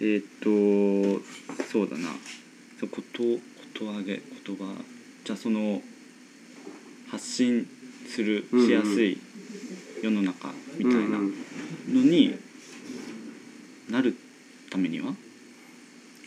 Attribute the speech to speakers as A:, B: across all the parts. A: えーっとそうだなそうことことあげ言葉じゃあその発信する
B: うんうん
A: しやすい世の中みたいな
B: うんう
A: の
B: ん
A: になるためには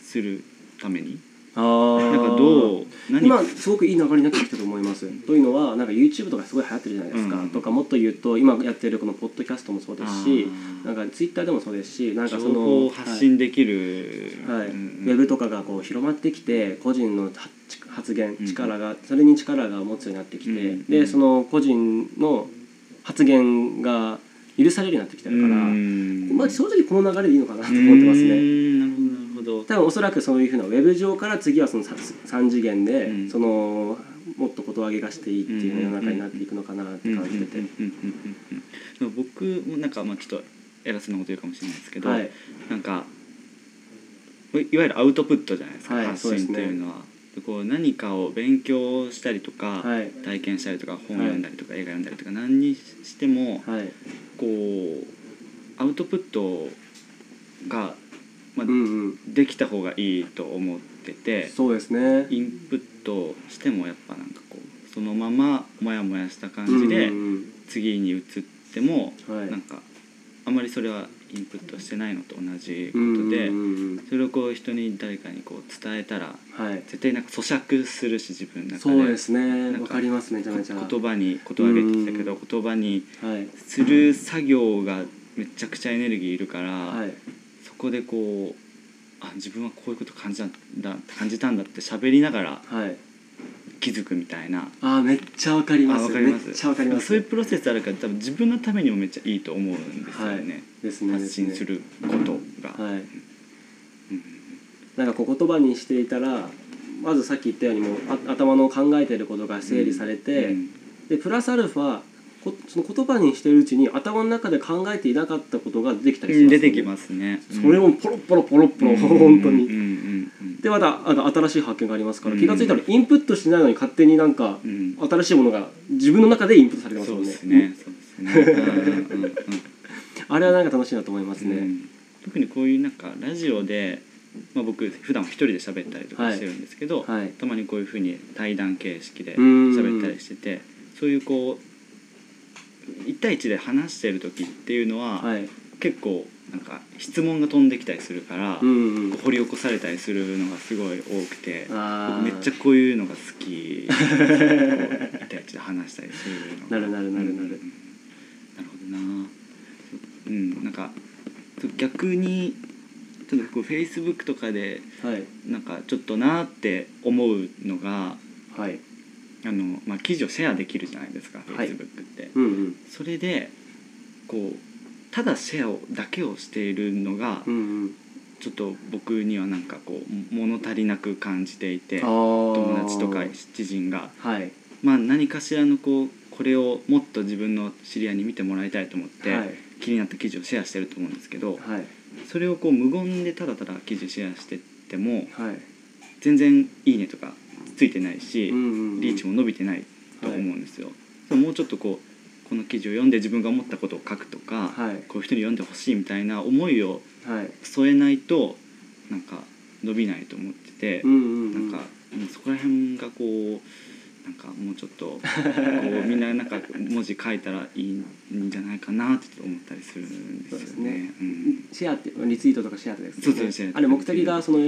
A: するために
C: あー
A: なんかどう何
B: 今すごくいい流れになってきたと思いますというのはなんか YouTube とかすごい流行ってるじゃないですか、
A: うん
B: とかもっと言うと今やってるこのポッドキャストもそうですし
A: あ
B: な
A: ー
B: んか Twitter でもそうですしなんかそ
A: 情
B: の
A: 報を発信できる、
B: はいはい
A: うんうん
B: ウェブとかがこう広まってきて個人の発発言
A: うん
B: 力が、それに力が持つようになってきて、
A: うん
B: でその個人の発言が許されるようになってきてるから、
A: うん
B: まあ、正直この流れでいいのかなと思ってます
A: う
B: ね。
A: んなるほどなるほど
B: 多分おそらくそういうふうなウェブ上から次はその 3, 次元で、
A: うん
B: そのもっとことあげがしていいっていう世の中になっていくのかなって感じてて、
A: うんうんうんうんうんうん僕もなんかまあちょっと偉そうなこと言うかもしれないですけど、
B: はい、
A: なんかいいわゆるアウトプットじゃないですか、
B: はい
A: 発
B: そうです
A: 信っ
B: ね
A: ていうのは。でこう何かを勉強したりとか、
B: はい
A: 体験したりとか本読んだりとか、映画読んだりとか何にしても、
B: はい、
A: こうアウトプットが、まあ
B: うんうん、
A: できた方がいいと思ってて。
B: そうですね。
A: インプットしてもやっぱなんかこうそのままモヤモヤした感じで
B: うんうん
A: 次に移っても
B: うんはい
A: なんかあまりそれはインプットしてないのと同じこ
B: うんうん
A: とで
B: うんうん
A: それをこう人に誰かにこう伝えたら
B: はい、
A: 絶対なんか咀嚼するし自分の中
B: そうで
A: ですな
B: ね。
A: んか
B: わかりますめちゃめちゃ。
A: 言葉に言葉上げてきたけ
B: う
A: ど
B: ん
A: 言葉に
B: はい
A: する作業がめちゃくちゃエネルギーいるから
B: はい
A: そこでこうあ自分はこういうこと感じたんだ感じたんだって喋りながら
B: はい。
A: 気づくみたいな。
B: あーめっちゃわかりま
A: あ
B: す。
A: わかります
B: めっちゃわかりま
A: そういう
B: す。
A: プロセスあるから多分自分のためにもめっちゃいいと思うんですよね、
B: ですね。
A: 発信すること
B: です
A: が、
B: ね。は
A: う
B: い。
A: ん
B: なんかこう言葉にしていたら。まずさっき言ったようにもうあ頭の考えていることが整理されて、
A: うん
B: でプラスアルファこその言葉にしてるうちに頭の中で考えていなかったことが出てきたりします、
A: 出てきますね
B: それもポロポロポロポロ、
A: うん
B: 本当に、
A: うんうんうん
B: でまたあの新しい発見がありますから、
A: うん
B: 気が付いたらインプットしてないのに勝手になんか、
A: うん
B: 新しいものが自分の中でインプットされてます
A: そう
B: も
A: んで
B: ね
A: すねそうですねうんうんうん
B: あれはなんか楽しいなと思いますね、
A: うん 特にこういうなんかラジオで、まあ、僕普段は一人で喋ったりとかしてるんですけど、
B: はい
A: たまにこういうふうに対談形式で
B: うん
A: 喋ったりしててそういうこう一対一で話してる時っていうのは、
B: はい
A: 結構なんか質問が飛んできたりするから、
B: うんうん
A: 掘り起こされたりするのがすごい多くて
B: あ
A: 僕めっちゃこういうのが好きこう一対一で話したりするのが
B: なるなるなるなる
A: うんうんうんなるほどなうんなんか逆にちょっと僕フェイスブックとかで
B: あはい
A: なんかちょっとなーって思うのが
B: はい
A: あの、まあ、記事をシェアできるじゃないですかフ
B: は
A: ェイ
B: い
A: スブックって。
B: うんうん
A: それでこうただシェアをだけをしているのが
B: うんうん
A: ちょっと僕にはなんかこう物足りなく感じていて友
B: 友
A: 達とか知人が、
B: はい
A: まあ、何かしらのこうこれをもっと自分の知り合いに見てもらいたいと思って、
B: はい
A: 気になった記事をシェアしてると思うんですけど
B: はい
A: それをこう無言でただただ記事シェアしてっても
B: はい
A: 全然「いいね」とかついてないし、
B: うんうんうん
A: リーチも伸びてないと思うんですよ。そうもうちょっとこうこの記事を読んで自分が思ったことを書くとか、
B: はい
A: こういう人に読んでほしいみたいな思いを
B: はい
A: 添えないとなんか伸びないと思ってて、
B: うんうんうん
A: なんかうんそこら辺がこうなんかもうちょっとこうみんななんか文字書いたらいいんじゃないかなって思ったりするんです
B: そうです
A: よね
B: ね。
A: うん
B: シェアってリツイートとかシェアってです
A: そうそうシェア
B: あれ目的がその、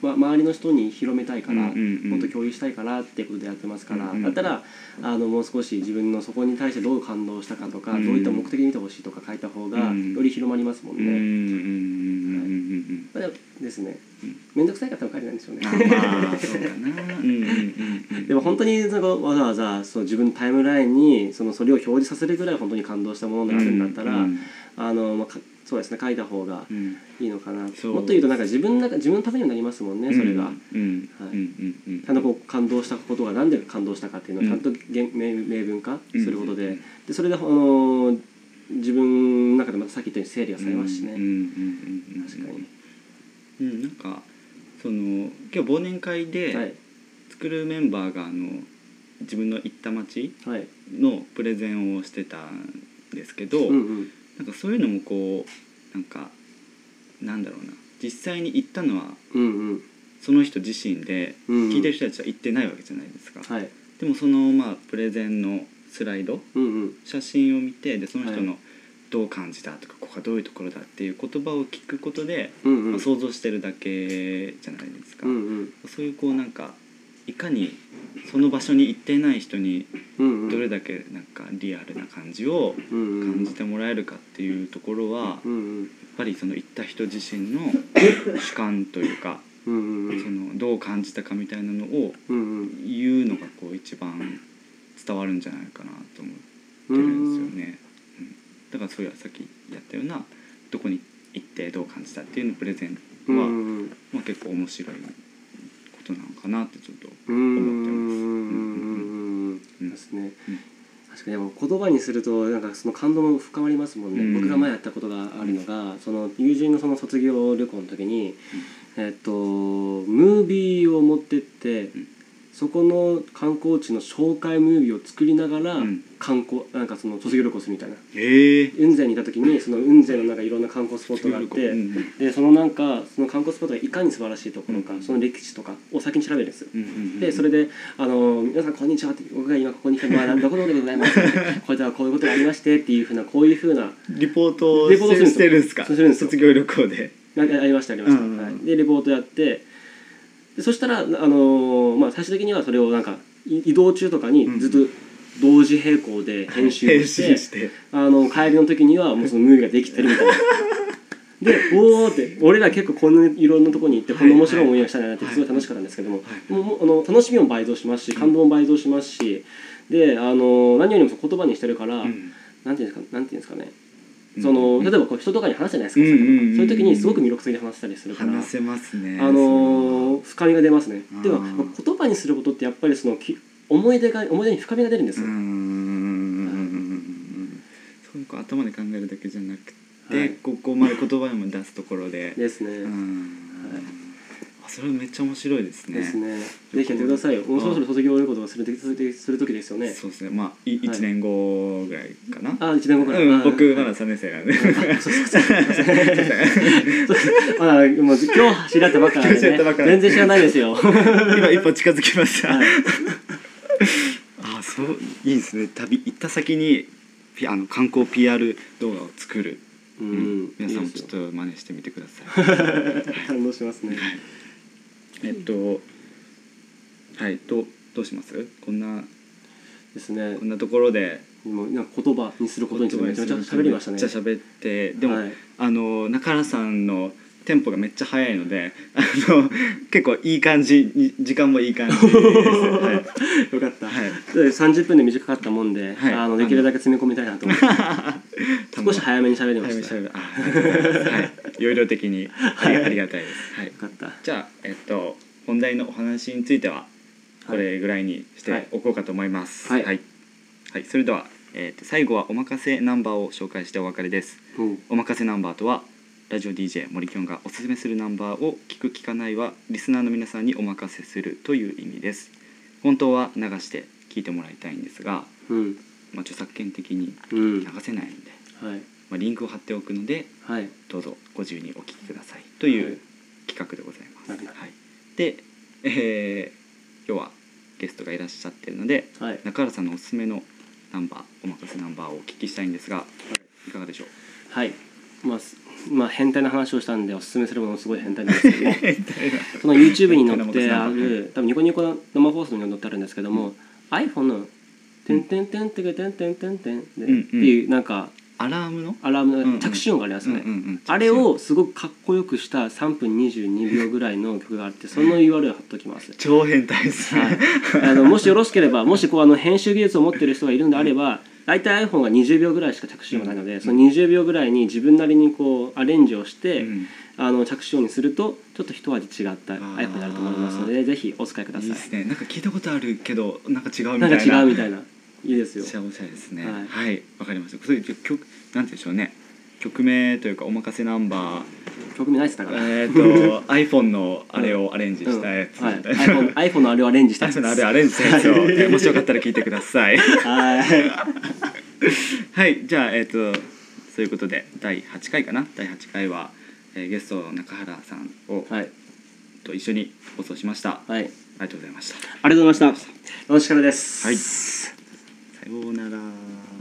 B: ま、周りの人に広めたいから、
A: うんうんうん
B: もっと共有したいからっていうことでやってますから、
A: うんうん
B: だったらあのもう少し自分のそこに対してどう感動したかとか、
A: うん
B: どういった目的で見てほしいとか書いた方が、
A: うん
B: より広まりますもん
A: う
B: ね
A: んうんうんう、ん
B: まあですね
A: うん
B: 面倒くさい方は書いてないんでしょうね
A: うんうんあまあそうかな。うんうんうんうん。
B: でも本当にそのわざわざその自分のタイムラインにそのそれを表示させるぐらい本当に感動したものがあるんだったら、
A: うん
B: あのまあ、かそうですね書いた方が
A: うん
B: いいのかな、もっ
A: そ
B: と
A: う
B: 言うとなんか自分の中自分のためにもなりますもんねそれ
A: う
B: が、
A: んうん
B: は
A: う
B: い
A: んうんうん
B: ちゃんとこう感動したことが何で感動したかっていうの
A: う
B: を
A: ん
B: ちゃんと言明明文化することで,、
A: うん
B: でそれで、あのー自分の中でまたさっき言ったように整理がされますしね、
A: うんうんうんうん、
B: 確かに。
A: うん、なんかその今日忘年会
B: は
A: で
B: い
A: 作るメンバーがあの自分の行った町
B: はい
A: のプレゼンをしてたんですけど、
B: うんうん
A: なんかそういうのもこうなんかなんだろうな実際に行ったのは
B: うんうん
A: その人自身で
B: うんうん
A: 聞いてる人たちは行ってないわけじゃないですか、
B: はい
A: でもそのまあプレゼンのスライド
B: うんうん
A: 写真を見てでその人
B: は
A: のどう感じたとかここがどういうところだっていう言葉を聞くことで、
B: うんう
A: ま
B: ん
A: あ、想像してるだけじゃないですか、
B: うんうん
A: そういうこうなんかいかにその場所に行ってない人に
B: うんうん
A: どれだけなんかリアルな感じを
B: うんうん
A: 感じてもらえるかっていうところはやっ
B: うんうん
A: ぱりその行った人自身の主観というか
B: うんうんう
A: そ
B: ん
A: のどう感じたかみたいなのを
B: うん
A: 言うのがこう一番伝わるんじゃないかなと思って
B: う
A: る
B: ん
A: んですよね。うんだからそういうさっきやったようなどこに行ってどう感じたっていうのプレゼンは、
B: うんうん
A: まあ、結構面白いことなのかなってちょっと
B: うーん
A: うん
B: ですね。確かにでも言葉にするとなんかその感動も深まりますもんね、
A: うん
B: 僕が前やったことがあるのがその友人のその卒業旅行の時に、えっとムービーを持ってって、
A: ん
B: そこの観光地の紹介ムービーを作りながら、
A: うん
B: 観光なんかその卒業旅行するみたいな
A: ええ
B: 雲仙にいた時にその雲仙のなんかいろんな観光スポットがあって、
A: うん
B: でそのなんかその観光スポットがいかに素晴らしいところか、
A: うん
B: その歴史とかを先に調べるんですよ。
A: うんうん、
B: でそれで「あの皆さんこんにちは」って「僕が今ここに来て学んだことでござ います」これではこういうことがありまして」っていうふうなこういうふうな
A: リポートを
B: リポートするんですよ
A: してるんですか
B: そうするんですよ
A: 卒業旅行で
B: なんかありましたありました、
A: うんうんうん
B: はいでレポートやってでそしたら、あのまあ、最終的にはそれをなんかい移動中とかにずっと同時並行で編集
A: 編
B: をして,、
A: 集して
B: あの帰りの時にはもうそのムービーができてるみたいな。でおーって俺ら結構こんないろんなとこに行ってこんな面白い思いをしたんだなって
A: はい
B: すごい楽しかったんですけども、
A: はい
B: もうもうあの楽しみも倍増しますし感動も倍増しますしであの何よりもその言葉にしてるから、
A: うん
B: なんていうんですかなんていうんですかね
A: うん
B: その例えばこう人とかに話すじゃないですか、
A: うんうんうんうん
B: そういう時にすごく魅力的に話せたりするから、
A: 話せますね
B: あのー深みが出ますね
A: うん
B: では言葉にすることってやっぱりそのき思い出が思い出に深みが出るんです
A: それ
B: よ、
A: はうーんそういうこう頭で考えるだけじゃなくて、
B: はい
A: ここまで言葉にも出すところで
B: ですね、
A: うーん、あそれめっちゃ面白いですね
B: ですねぜひやってくださいよもうそろそろ卒業旅行とかするするする時ですよね
A: そうですねまあい
B: はい
A: 一年後ぐらいかな、
B: あ一年後から、
A: うん
B: あ
A: 僕まだ三年生なんで
B: あもう今日知り合ったばっかなん
A: 今日知り合ったばっ
B: で
A: か
B: ね全然知らないですよ、は
A: 今一歩近づきました、
B: い
A: あそういいですね旅行った先にピあの観光 PR 動画を作る、
B: う
A: うん
B: ん、
A: 皆さんも
B: いいで
A: ちょっ
B: す
A: と
B: よ
A: 真似してみてください
B: 感動しますね
A: えっとはいどうどうしますこんな
B: ですね
A: こんなところで
B: もうなんか言葉にすることについてめちゃめちゃ喋りましたね
A: めっちゃ喋ってでも、
B: はい
A: あの中原さんのテンポがめっちゃ早いのであ の結構いい感じに時間もいい感じです、はい
B: よかった、
A: はい
B: で30分で短かったもんで、
A: はい
B: あのできるだけ詰め込みたいなと思って 少し早めに喋りま
A: 早め
B: し
A: に喋
B: たよ
A: るあありがとうございますはい容量的にありありがたいです、はい、
B: かった
A: じゃあえっと本題のお話についてはこれぐらいにしておこうかと思います
B: はい
A: はい、はいそれでは、えっと最後はおまかせナンバーを紹介してお別れです
B: うん
A: おまかせナンバーとはラジオ DJ 森きょんがおすすめするナンバーを聞く聞かないはリスナーの皆さんにお任せするという意味です本当は流して聞いてもらいたいんですが、
B: うん
A: まあ、著作権的に
B: うん
A: 流せないので、
B: はい
A: まあ、リンクを貼っておくので
B: はい
A: どうぞご自由にお聞きくださいとい
B: は
A: う
B: い
A: 企画でございます。
B: なるほど
A: はい、で、えー今日はゲストがいらっしゃってるので
B: はい
A: 中原さんのおすすめのナンバーお任せナンバーをお聞きしたいんですがいかがでしょう
B: はいまあすまあ変態な話をしたんでおすすめするものすごい変態なんですけどもその YouTube に載ってある多分ニコニコの生放送に載ってあるんですけども、iPhone の「てんてんてんてんてんてんてんてん」って
A: うん
B: いうなんか
A: アラームの
B: アラーム
A: うんう
B: の
A: ん
B: 着信音がありますよね、
A: うんうんうん
B: あれをすごくかっこよくした3分22秒ぐらいの曲があってその URL 貼っときます
A: 超変態ですね。
B: はいあのもしよろしければもしこうあの編集技術を持ってる人がいるんであれば大体 iPhone が20秒ぐらいしか着信音がないので、その20秒ぐらいに自分なりにこうアレンジをして、
A: うん
B: あの着信音にするとちょっと一味違った
A: あー
B: iPhone になると思いますのでぜひお使いくだ
A: い
B: さ
A: い
B: い
A: ですね。なんか聞いたことあるけどなんか違うみた
B: ないん
A: な。
B: か違うみたいないいです
A: め
B: よ
A: っちゃおしゃれですね。
B: は
A: はいい、わ、かりました。そういう曲なんて言うんでしょうね。曲名というかお任せナンバー。
B: 曲名ないっすだから、
A: えっ、 ー、と iPhone のあれをアレンジ
B: う
A: し
B: ん
A: た
B: はい、
A: やつみたいな。
B: iPhone, iPhone のあれをアレンジしたやつ
A: iPhone
B: で
A: のあ
B: す
A: れをアレンジしたやつをでもしよかったら聞いてください。
B: はい
A: はい、じゃあえっ、とそういうことで第8回かな。第8回は、えーゲストの中原さんを、
B: はい
A: と一緒に放送しました、あ
B: はい
A: りがとうございました
B: ありがとうございました楽しかったです
A: はいさようなら